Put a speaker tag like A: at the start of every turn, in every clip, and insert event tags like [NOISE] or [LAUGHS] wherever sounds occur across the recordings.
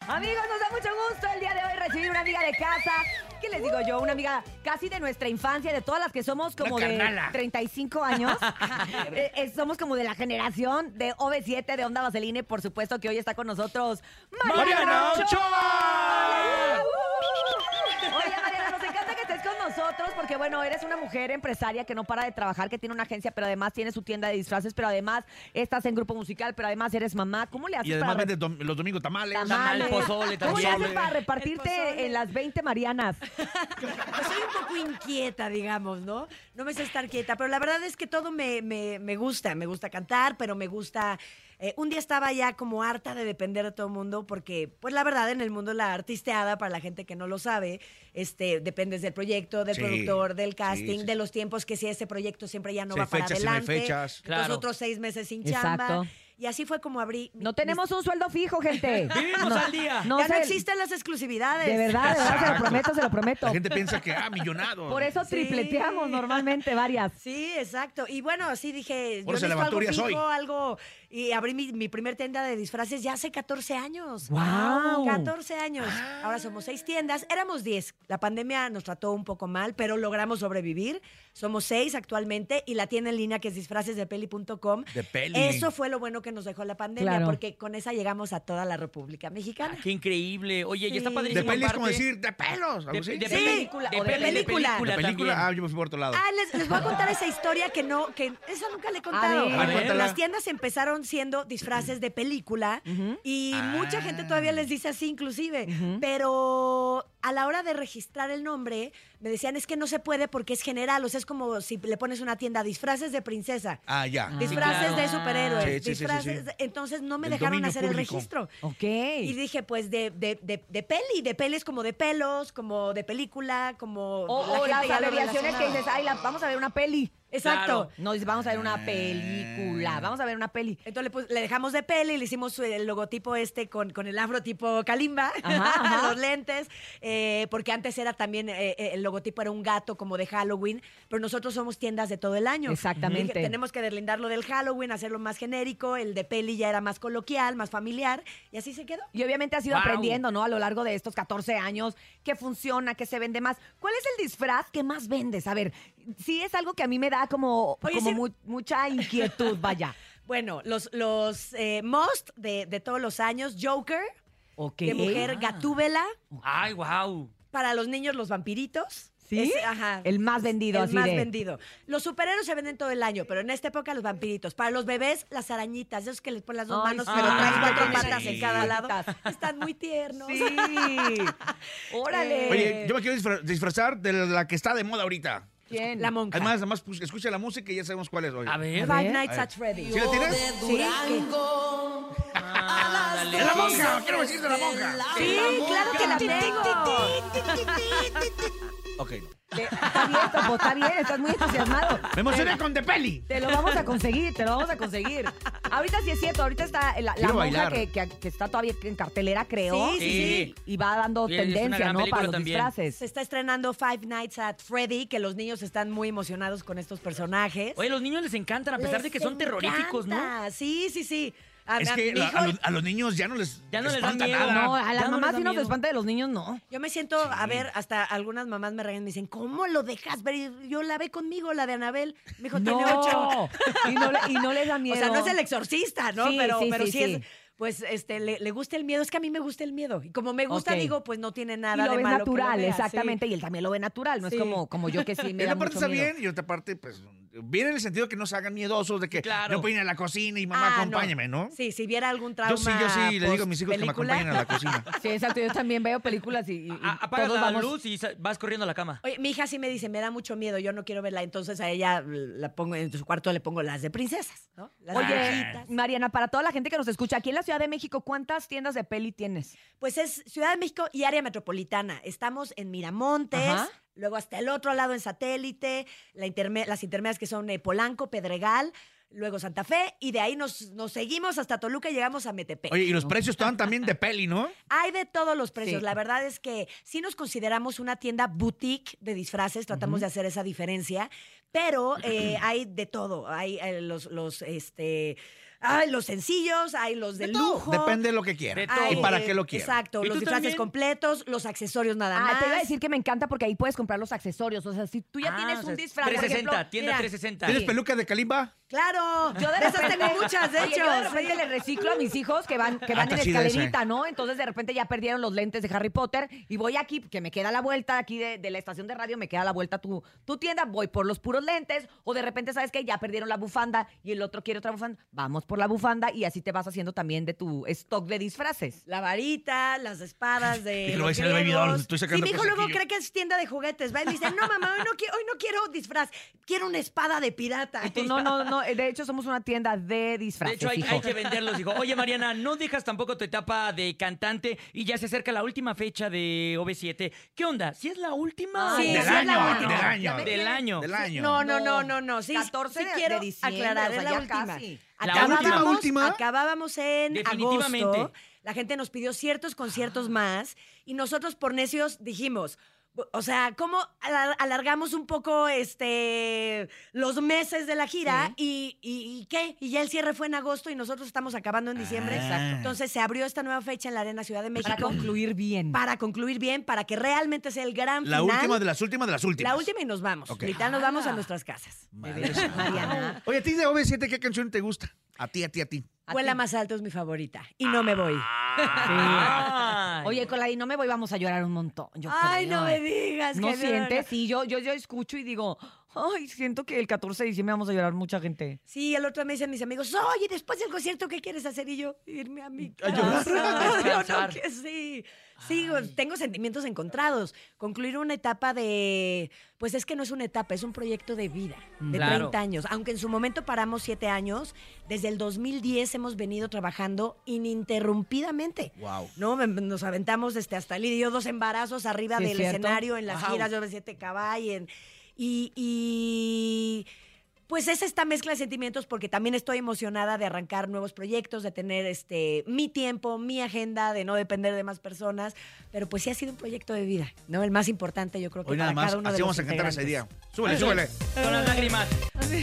A: Amigos, nos da mucho gusto el día de hoy recibir una amiga de casa. ¿Qué les digo yo? Una amiga casi de nuestra infancia, de todas las que somos como
B: Una
A: de
B: carnala.
A: 35
B: [LAUGHS]
A: años. Eh, eh, somos como de la generación de OV7, de Onda Vaseline. Por supuesto que hoy está con nosotros Mariana
B: ¡Mariana
A: Ochoa.
B: Ochoa!
A: Oye, Mariana, nos encanta que estés con nosotros porque, bueno, eres una mujer empresaria que no para de trabajar, que tiene una agencia, pero además tiene su tienda de disfraces, pero además estás en grupo musical, pero además eres mamá. ¿Cómo le haces
B: Y
A: para
B: además vende dom- los domingos tamales.
A: Tamales.
C: Tamal, pozole
A: ¿Cómo le
C: también.
A: haces para repartirte
D: pozole.
A: en las 20 Marianas?
D: Pues soy un poco inquieta, digamos, ¿no? No me sé estar quieta, pero la verdad es que todo me, me- me gusta. Me gusta cantar, pero me gusta... eh, un día estaba ya como harta de depender de todo el mundo porque, pues la verdad, en el mundo la artisteada, para la gente que no lo sabe, este, dependes del proyecto, del
B: Sí,
D: productor, del
B: sí,
D: casting,
B: sí,
D: de
B: sí.
D: los tiempos, que si ese proyecto siempre ya no
B: Si hay
D: va para
B: fechas, si no hay
D: adelante.
B: fechas.
D: Entonces,
C: Claro.
D: otros seis meses sin
A: Exacto.
D: chamba. Y así fue como abrí... mi-
A: No tenemos un sueldo fijo, gente.
C: Vivimos
A: No,
C: al día.
D: mis-
A: No
D: ya no
A: sé,
D: existen las exclusividades.
A: De verdad, de verdad, se lo
B: Exacto.
A: prometo, se lo prometo.
B: La gente piensa que, ah, millonado.
A: Por eso
D: Sí.
A: tripleteamos normalmente varias.
D: Sí, exacto. Y bueno, así dije,
B: Ahora se
D: yo necesito
B: levantó
D: algo
B: Urias
D: fijo,
B: hoy.
D: algo... Y abrí mi, mi primer tienda de disfraces ya hace 14 años.
A: ¡Guau!
D: 14 años.
B: Ah.
D: Ahora somos seis tiendas. Éramos 10. La pandemia nos trató un poco mal, pero logramos sobrevivir. Somos seis actualmente y la tienda en línea que es disfracesdepeli.com.
B: De peli.
D: Eso fue lo bueno que nos dejó la pandemia,
A: Claro.
D: porque con esa llegamos a toda la República Mexicana.
C: Ah, Qué increíble. Oye, y está
D: Sí.
C: padrísimo.
B: De peli es como
C: aparte,
B: decir, de pelos. algo
C: De,
B: así.
C: de
D: Sí,
C: película.
A: o de
C: peli-
D: película.
B: De película. Ah,
C: también.
B: yo me fui por otro lado.
D: Ah, les, les voy a contar esa historia que no, que esa nunca le he
A: A
D: contado.
A: ver. A
B: ver, cuéntala.
D: Las tiendas empezaron siendo disfraces de película
A: Ujú.
D: y
B: Ah.
D: mucha gente todavía les dice así inclusive,
A: Ujú.
D: pero a la hora de registrar el nombre me decían es que no se puede porque es general, o sea, es como si le pones una tienda disfraces de princesa.
B: Ah, ya.
A: Ah.
D: Disfraces
C: claro.
D: de superhéroes,
B: Sí, sí, sí, sí,
D: disfraces,
B: sí.
D: entonces no me
B: El
D: dejaron
B: dominio
D: hacer el
B: público.
D: registro.
A: Ok.
D: Y dije, pues de, de, de, de peli, de peli es como de pelos, como de película, como...
A: O, o
D: gente
A: las
D: ya lo
A: abreviaciones que
D: relacionaba.
A: dices, ay, la- vamos a ver una peli.
D: Exacto.
C: Claro.
A: No, dices, vamos a ver una película, vamos a ver una peli.
D: Entonces le, pus- le dejamos de pele y le hicimos el logotipo este con, con el afro tipo Kalimba,
A: Ajá,
D: [LAUGHS]
A: ajá.
D: los lentes, eh, porque antes era también, eh, eh, el logotipo era un gato como de Halloween, pero nosotros somos tiendas de todo el año.
A: Exactamente.
D: Dije, tenemos que deslindarlo del Halloween, hacerlo más genérico, el de peli ya era más coloquial, más familiar, y así se quedó.
A: Y obviamente has ido
C: Wow.
A: aprendiendo, ¿no? A lo largo de estos 14 años, qué funciona, qué se vende más. ¿Cuál es el disfraz que más vendes? A ver, sí es algo que a mí me da como,
D: Oye,
A: como
D: sí.
A: mu- mucha inquietud, vaya.
D: [LAUGHS] Bueno, los, los eh, most de, de todos los años, Joker,
A: Ok.
D: de
A: Ah.
D: mujer, Gatúbela,
C: Ay, wow.
D: para los niños los vampiritos.
A: ¿Sí?
D: Ese, ajá.
A: El más vendido,
D: El
A: así
D: más
A: de-
D: vendido. Los superhéroes se venden todo el año, pero en esta época los vampiritos. Para los bebés, las arañitas, esos que les ponen las dos
A: Ay,
D: manos,
A: sí.
D: pero traen
C: Ah,
D: cuatro
C: sí.
D: patas en cada lado.
A: Patitas.
D: Están muy tiernos. [LAUGHS]
A: Sí. Órale.
B: Oye, yo me quiero disfra- disfrazar de la que está de moda ahorita.
A: ¿Quién?
D: La monja.
B: Además, además, pues, escucha la música y ya sabemos cuál es. Oye.
C: A ver.
A: A
D: Five
A: ver.
D: Nights
B: A
D: at Freddy's.
B: ¿Sí la tienes?
D: Sí, que-
C: Ándale,
B: ¡Es la
C: sí.
B: monja! ¡Quiero vestir de la monja!
D: sí, claro que la tengo.
B: Ok. no.
A: Te- Está bien, Topo, está bien, estás muy entusiasmado.
B: Me emocioné con de peli.
A: Te lo vamos a conseguir, te lo vamos a conseguir. Ahorita sí es cierto, ahorita está la, la
B: Quiero
A: monja
B: bailar.
A: que, que- que está todavía en cartelera, creo.
D: Sí, sí,
C: Sí. sí.
A: Y va dando
C: Y es una
A: tendencia,
C: gran
A: ¿no? Para
C: película
A: los
C: también.
A: disfraces.
D: Se está estrenando Five Nights at Freddy, que los niños están muy emocionados con estos personajes.
C: Oye, los niños les encantan, a pesar de
D: Les
C: que son terroríficos, ¿no?
D: encanta. Sí, sí, sí. A-
B: Es
D: a-
B: que
D: mi
B: la-
D: hijo-
B: a, los, a los niños ya no les
C: Ya no les da
B: espanta
C: miedo,
B: nada.
A: No, a
C: Ya
A: las
C: no les
A: mamás
C: da
A: sí nos
C: miedo.
A: espanta de los niños, no.
D: Yo me siento, a ver, hasta algunas mamás me regañan y me dicen, ¿cómo lo dejas ver? Y Yo la ve conmigo, la de Anabel. Me dijo, tiene ocho.
A: No. Y no, le- y no les da miedo.
D: [LAUGHS] O sea, no es el exorcista, ¿no?
A: Sí,
D: pero
A: sí,
D: sí, pero
A: sí,
D: sí,
A: sí.
D: es, pues, este, le, le gusta el miedo. Es que a mí me gusta el miedo. Y como me gusta,
A: Ok.
D: digo, pues no tiene
A: Y
D: nada
A: lo
D: de
A: ves
D: malo. que lo
A: natural,
D: vea, sí.
A: exactamente. Y él también lo ve natural, no
D: Sí.
A: es como, como yo que sí me
B: En
A: da
B: una parte
A: mucho
B: está
A: miedo.
B: bien y en otra parte, pues, bien en el sentido que no se hagan miedosos, de que
C: Claro.
B: no pueden ir a la cocina y mamá,
D: Ah,
B: acompáñame, ¿no?
D: Sí, si viera algún trauma.
B: Yo sí, yo sí le digo a mis hijos que me
D: post-película.
B: acompañen a la cocina.
D: [LAUGHS]
A: Sí, exacto. Yo también veo películas y, y- y
C: A- Apagas
A: todos
C: la
A: vamos...
C: luz y sa- vas corriendo a la cama.
D: Oye, mi hija sí me dice, me da mucho miedo, yo no quiero verla. Entonces a ella la pongo, en su cuarto le pongo las de princesas, ¿no? Las
A: Oye,
D: viejitas.
A: Mariana, para toda la gente que nos escucha, aquí en la Ciudad de México, ¿cuántas tiendas de peli tienes?
D: Pues es Ciudad de México y área metropolitana. Estamos en Miramontes,
A: Ajá.
D: luego hasta el otro lado en Satélite, la interme- las intermedias que son eh, Polanco, Pedregal, luego Santa Fe, y de ahí nos, nos seguimos hasta Toluca y llegamos a Metepec.
B: Oye, y los precios estaban también de peli, ¿no?
D: Hay de todos los precios.
A: Sí.
D: La verdad es que sí nos consideramos una tienda boutique de disfraces, tratamos de hacer esa diferencia, pero eh, hay de todo. Hay eh, los, los, este, hay los sencillos, hay los de,
B: De todo,
D: lujo.
B: Depende de lo que quiera.
C: De todo.
B: Y para
D: eh,
B: qué lo quiera.
D: Exacto,
C: ¿Y
D: los
C: tú
D: disfraces
C: también?
D: completos, los accesorios nada
A: Ah,
D: más.
A: te iba a decir que me encanta porque ahí puedes comprar los accesorios. O sea, si tú ya
C: Ah,
A: tienes
C: o sea,
A: un disfraz, por
C: 360,
A: ejemplo,
C: tienda
D: mira,
C: 360.
B: ¿Tienes peluca de Calimba?
D: Claro,
A: Yo de
D: de esas
A: repente-
D: tengo muchas,
A: [LAUGHS]
D: de
A: Oye,
D: hecho.
A: Yo de
D: sí.
A: repente le reciclo a mis hijos que van, que
B: Ah,
A: van en
B: está chida esa,
A: escalerita,
B: ¿eh?
A: ¿no? Entonces de repente ya perdieron los lentes de Harry Potter y voy aquí, que me queda la vuelta aquí de, de la estación de radio, me queda la vuelta tu, tu tienda, voy por los puros lentes o de repente, ¿sabes qué? Ya perdieron la bufanda y el otro quiere otra bufanda, vamos por la bufanda y así te vas haciendo también de tu stock de disfraces.
D: La varita, las espadas
B: Y
D: de.
B: luego
D: los
B: ahí se le va
D: griegos.
B: olvidando, estoy sacando
D: Sí, mi hijo
B: cosas
D: luego
B: aquí yo.
D: cree que es tienda de juguetes. Va y me dice, no, mamá, hoy no, qui- hoy no quiero disfraz, quiero una espada de pirata.
A: Tú, no, no, no, de hecho somos una tienda de
C: De
A: disfraces.
C: hecho, hay,
A: hijo.
C: hay que venderlos. Dijo, oye, Mariana, no dejas tampoco tu etapa de cantante y ya se acerca la última fecha de OV7. ¿Qué onda? ¿Si es la última?
D: Sí,
C: ¿O
D: Del
C: si es la
D: año,
C: última?
D: del
B: año.
C: Del año.
B: Del año.
D: No, no, no, no, no. Sí,
A: 14
D: sí
A: de-
D: quiero
A: de diciembre, o
D: aclarar,
A: sea,
D: es la
A: ya
D: última.
A: casi.
B: ¿La
D: Acabábamos-
B: última, última?
D: Acabábamos en
C: Definitivamente.
D: agosto. La gente nos pidió ciertos conciertos más y nosotros por necios dijimos, bu- o sea, ¿cómo alar- alargamos un poco este los meses de la gira? Y, y- y qué? Y ya el cierre fue en agosto y nosotros estamos acabando en diciembre.
B: Exacto.
D: Entonces se abrió esta nueva fecha en la Arena Ciudad de
A: Para
D: México
A: concluir bien.
D: para concluir bien, para que realmente sea el gran
B: La
D: final.
B: última de las últimas de las últimas.
D: La última y nos vamos.
B: Ok.
D: Literal, nos vamos a nuestras casas.
B: Madre
A: Mariana.
B: Oye, a ti de OV7, ¿qué canción te gusta? A ti, a ti, a ti.
A: ¿A
D: Vuela
A: ti?
D: más alto es mi favorita. Y no me voy.
C: Ah.
A: Oye, con la de no me voy, vamos a llorar un montón. yo
D: Ay,
A: creo. eh.
D: no me digas.
A: ¿No
D: que
A: sientes? Sí, yo, yo, yo escucho y digo, ay, siento que el 14 de diciembre vamos a llorar mucha gente.
D: Sí, el otro día me dicen mis amigos, oye, después del concierto, ¿qué quieres hacer? Y yo, irme a mi
B: A
D: casa.
B: llorar.
A: [LAUGHS]
D: [LAUGHS] Yo no
C: Descansar.
D: que- sí. Sí, pues, tengo sentimientos encontrados. Concluir una etapa de, pues es que no es una etapa, es un proyecto de vida, de
C: Claro.
D: 30 años. Aunque en su momento paramos 7 años, desde el 2010 hemos venido trabajando ininterrumpidamente.
B: Wow.
D: No, Me- nos aventamos este, hasta el idio dos embarazos arriba
A: Sí, es
D: del
A: cierto.
D: escenario, en las
C: Wow.
D: giras de 7 Caball, en- y, y pues es esta mezcla de sentimientos porque también estoy emocionada de arrancar nuevos proyectos, de tener este mi tiempo, mi agenda, de no depender de más personas, pero pues sí ha sido un proyecto de vida, ¿no? El más importante yo creo que
B: Hoy nada
D: para
B: más,
D: cada uno
B: así
D: de los
B: vamos a cantar ese día.
D: integrantes.
B: Súbele, súbele.
C: Con las lágrimas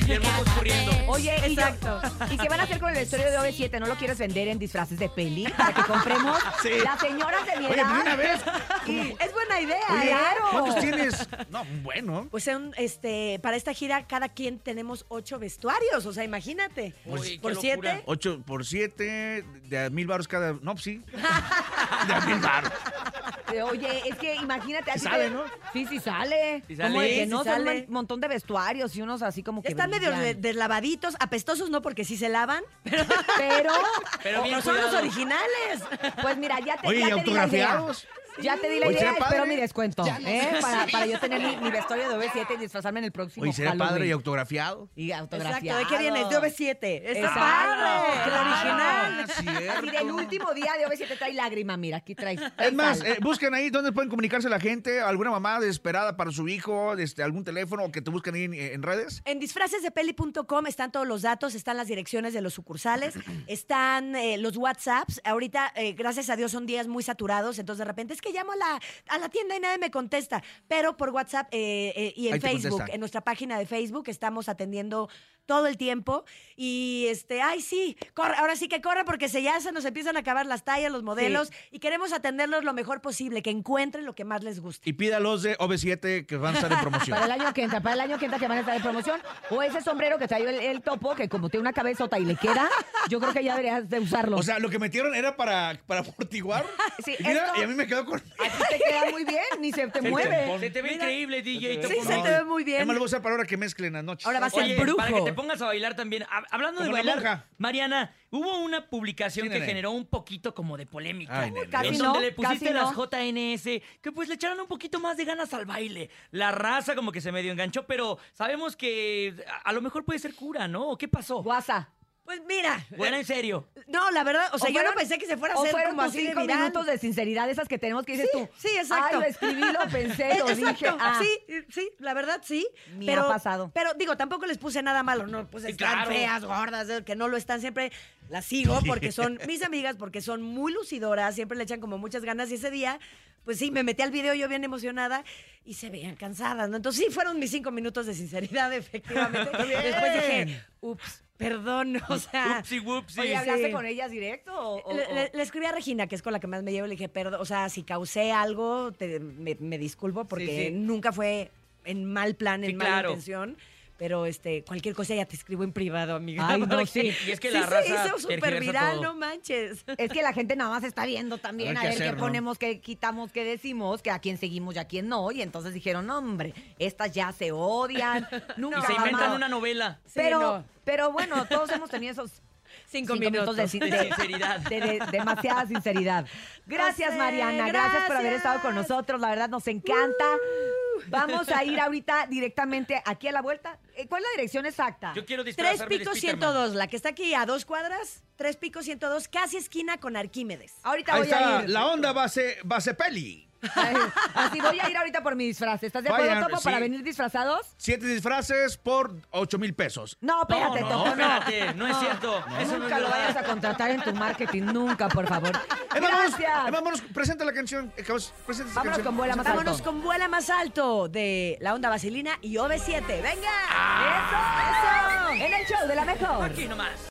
C: y el moco escurriendo.
A: Oye, y yo-
D: Exacto.
A: ¿Y, qué van a hacer con el vestuario de OV7? ¿No lo quieres vender en disfraces de peli para que compremos [LAUGHS]
B: Sí.
A: las señoras de mi
B: Oye,
A: edad?
B: pero una vez.
D: Sí, es buena idea,
B: Oye,
D: ¿eh?
A: Claro.
B: ¿Cuántos tienes? No, bueno.
D: Pues son, este, para esta gira cada quien tenemos ocho vestuarios, o sea, imagínate.
C: Uy,
D: por
C: qué locura. Oh,
D: siete.
B: 8 por 7, de a mil baros cada. No, pues sí. [LAUGHS] De a mil baros.
A: Eh, Oye, es que imagínate. a
B: Sí
A: ti
B: sale,
A: te-
B: ¿no?
A: Sí, sí sale.
C: Sí
A: Como
C: sale.
A: de que
C: Sí,
A: no,
D: sí
A: son
D: sale.
A: un montón de vestuarios y unos así como que
D: Están medio
A: brillan.
D: de- deslavaditos, apestosos no porque sí se lavan, pero,
A: Pero,
C: Pero bien
D: son los
C: cuidado.
D: originales.
A: pues mira, ya te,
B: Oye,
A: ya
B: ¿y
A: te di la idea.
B: autografiados?
A: Ya te di la
B: Oye,
A: idea,
B: sería
A: espero
B: padre.
A: mi descuento.
B: Ya no
A: ¿eh?
B: sé.
A: para, para yo tener mi, mi vestuario de OV7 y disfrazarme en el próximo
B: Oye, sería padre y
A: Halloween.
B: autografiado.
A: Y
D: Exacto,
A: autografiado.
D: ¿de qué vienes? De OV7.
A: Exacto.
D: Está padre, el
A: Claro.
B: Ah,
D: original.
A: Y del último día de OV7 trae lágrima, mira, aquí traes.
B: Es
A: traes
B: más,
A: algo.
B: eh, busquen ahí dónde pueden comunicarse la gente, alguna mamá desesperada para su hijo, este, algún teléfono o que te busquen ahí en, en redes.
D: En disfracesdepeli.com están todos los datos, están las direcciones de los
C: [CLEARS THROAT]
D: sucursales, están eh, los WhatsApps. Ahorita, eh, gracias a Dios, son días muy saturados, entonces de repente es que llamo a la, a la tienda y nadie me contesta. Pero por WhatsApp eh, eh, y en
B: Ahí te
D: Facebook,
B: contestan.
D: en nuestra página de Facebook, estamos atendiendo todo el tiempo. Y este, ay, sí, corre, ahora sí que corre porque se ya se nos empiezan a acabar las tallas, los modelos, y queremos atenderlos lo mejor posible, que encuentren lo que más les guste.
B: Y pídalos de OV7 que van a estar en promoción.
A: Para el año que entra, para el año que entra que van a estar en promoción. O ese sombrero que trae el, el topo, que como tiene una cabezota y le queda, yo creo que ya deberías de usarlo.
B: [LAUGHS] O sea, lo que metieron era para, para amortiguar.
A: [LAUGHS] Sí,
B: y, mira,
A: esto-
B: y a mí me quedó con.
A: a ti te queda muy bien, ni se te
C: Se te-
A: mueve.
C: Se te ve increíble, DJ.
D: Sí,
C: Topo.
D: se te ve muy bien.
B: Es más, lo voy a usar para ahora que mezclen anoche.
D: Ahora va a ser
C: Oye,
D: brujo.
C: para que te pongas a bailar también. Hab- Hablando de
B: Como la
C: bailar,
B: monja.
C: Mariana, hubo una publicación
B: Sí,
C: que
B: nene.
C: generó un poquito como de polémica.
B: Ay, nene.
A: Casi
C: en
A: no,
C: donde le pusiste
A: casi no.
C: las JNS, que pues le echaron un poquito más de ganas al baile. La raza como que se medio enganchó, pero sabemos que a, a lo mejor puede ser cura, ¿no? ¿O ¿Qué pasó?
A: Guasa.
D: Pues mira,
C: Bueno, en serio.
D: No, la verdad, o sea, yo
A: fueron-
D: no pensé que se fuera a
A: o
D: hacer
A: fueron
D: como
A: tus
D: así de
A: cinco
D: viral.
A: minutos de sinceridad esas que tenemos que dices tú.
D: sí, exacto.
A: Ay, lo escribí,
D: [LAUGHS]
A: lo pensé, lo
D: Eh, Exacto,
A: dije. Ah,
D: sí, sí, la verdad sí.
A: Me
D: pero,
A: ha pasado.
D: Pero digo, tampoco les puse nada malo, no, pues
C: Sí,
D: están
C: claro.
D: feas, gordas, eh, que no lo están siempre. Las sigo porque son mis amigas, porque son muy lucidoras, siempre le echan como muchas ganas y ese día, pues sí, me metí al video yo bien emocionada y se veían [LAUGHS] cansadas, ¿no? Entonces sí, fueron mis cinco minutos de sinceridad, efectivamente. Después dije, ups. Perdón, o sea.
C: Upsi, whoopsie.
A: Oye, ¿hablaste
D: Sí.
A: con ellas directo? o- o-
D: Le,
A: o-
D: le- le escribí a Regina, que es con la que más me llevo, y le dije, perdón, o sea, si causé algo, te- me, me disculpo porque
C: sí.
D: nunca fue en mal plan, en
C: Sí,
D: mala
C: claro.
D: intención. Pero este, cualquier cosa ya te escribo en privado, amiga.
A: Ay, no,
D: porque
A: sí.
C: Y es que la
D: se
C: raza
D: hizo súper
C: tergiversa
D: viral,
C: todo.
D: no
C: [LAUGHS]
D: manches.
A: Es que la gente nada más está viendo también
B: A
A: a
B: ver
A: ver
B: qué
A: qué
B: hacer, ¿no?
A: ponemos, qué quitamos, qué decimos, que a quién seguimos y a quién no. Y entonces dijeron, "No, hombre, estas ya se
D: [LAUGHS]
A: odian, nunca
C: Y se
A: van a-
C: inventan una novela.
D: Sí,
A: Pero,
D: no.
A: pero bueno, todos hemos tenido esos
D: Cinco,
A: de,
D: minutos.
A: sin-
C: De
A: de-
C: sinceridad.
A: de- de- demasiada
D: [LAUGHS]
A: sinceridad. Gracias,
D: sé,
A: Mariana. Gracias. por haber estado con
D: gracias. Uh.
A: nosotros. La verdad, nos encanta. Vamos a ir ahorita directamente aquí a la vuelta. Eh, ¿Cuál es la dirección exacta?
C: Yo [LAUGHS] quiero disfrazarme
D: Tres
C: de
D: picos
C: Spiderman.
D: 102, la que está aquí a dos cuadras. Tres picos 102, casi esquina con Arquímedes.
C: Ah,
A: Ahorita
B: Ahí
A: voy a
B: está,
A: ir.
B: la onda va a ser, va a ser peli.
A: Ay, Así voy a ir ahorita por mi disfraz. ¿Estás de acuerdo,
B: Vayan,
A: Topo,
B: sí.
A: para venir disfrazados?
B: Siete disfraces por ocho mil pesos.
A: No, espérate,
C: no,
A: Topo, no.
C: espérate, no es cierto. Eso no es
A: nunca lo
C: verdad.
A: vayas a contratar en tu marketing, nunca, por favor.
B: Eh, vámonos,
A: Gracias.
B: eh, vámonos, presenta la canción. eh, Cabos, presenta esa
A: Vámonos
B: canción.
A: con Vuela Más Alto.
D: Vámonos con Vuela Más Alto de La Onda Vaselina y OV7. ¡Venga!
A: ¡Eso, eso! En el show de la mejor.
C: Aquí nomás.